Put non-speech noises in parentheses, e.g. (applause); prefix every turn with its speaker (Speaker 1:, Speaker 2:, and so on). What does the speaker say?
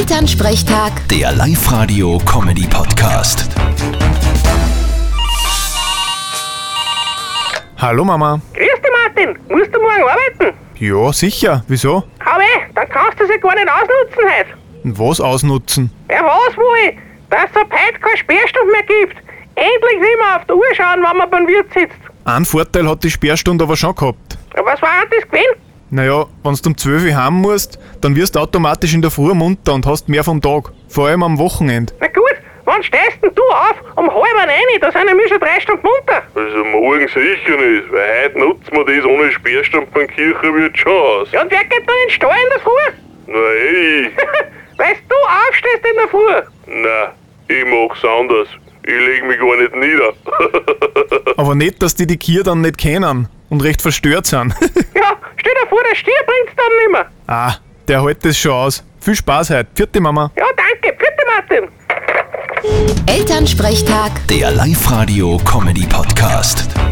Speaker 1: Elternsprechtag,
Speaker 2: Der Live-Radio-Comedy-Podcast.
Speaker 3: Hallo Mama.
Speaker 4: Grüß dich, Martin. Musst du morgen arbeiten?
Speaker 3: Ja, sicher. Wieso?
Speaker 4: Hab ich. Dann kannst du es ja gar nicht ausnutzen heute.
Speaker 3: Und was ausnutzen?
Speaker 4: Ja, was wohl? Dass es ab heute keine Sperrstunde mehr gibt. Endlich nicht mehr auf die Uhr schauen, wenn man beim Wirt sitzt.
Speaker 3: Ein Vorteil hat die Sperrstunde aber schon gehabt.
Speaker 4: Aber was war denn das gewesen?
Speaker 3: Naja, wenn du um 12 Uhr heim musst, dann wirst du automatisch in der Früh munter und hast mehr vom Tag. Vor allem am Wochenende.
Speaker 4: Na gut, wann stehst denn du auf? Um halb an eine, da sind wir schon drei Stunden munter.
Speaker 5: Also morgen sicher nicht, weil heute nutzen wir das ohne Sperrstand beim Kirchenwirt schon aus.
Speaker 4: Ja, und wer geht dann in den Stall in der Früh? (laughs)
Speaker 5: Nein,
Speaker 4: Weißt du, aufstehst in der Früh.
Speaker 5: nein, ich mach's anders. Ich leg mich gar nicht nieder. (laughs)
Speaker 3: Aber nicht, dass die die Kier dann nicht kennen und recht verstört sind. (laughs)
Speaker 4: Ja, stell dir vor, der Stier bringt's dann nicht mehr.
Speaker 3: ah, der hält das schon aus. Viel Spaß heute. Vierte Mama.
Speaker 4: Ja, danke. Bitte, Martin.
Speaker 1: Elternsprechtag.
Speaker 2: Der Live-Radio-Comedy-Podcast.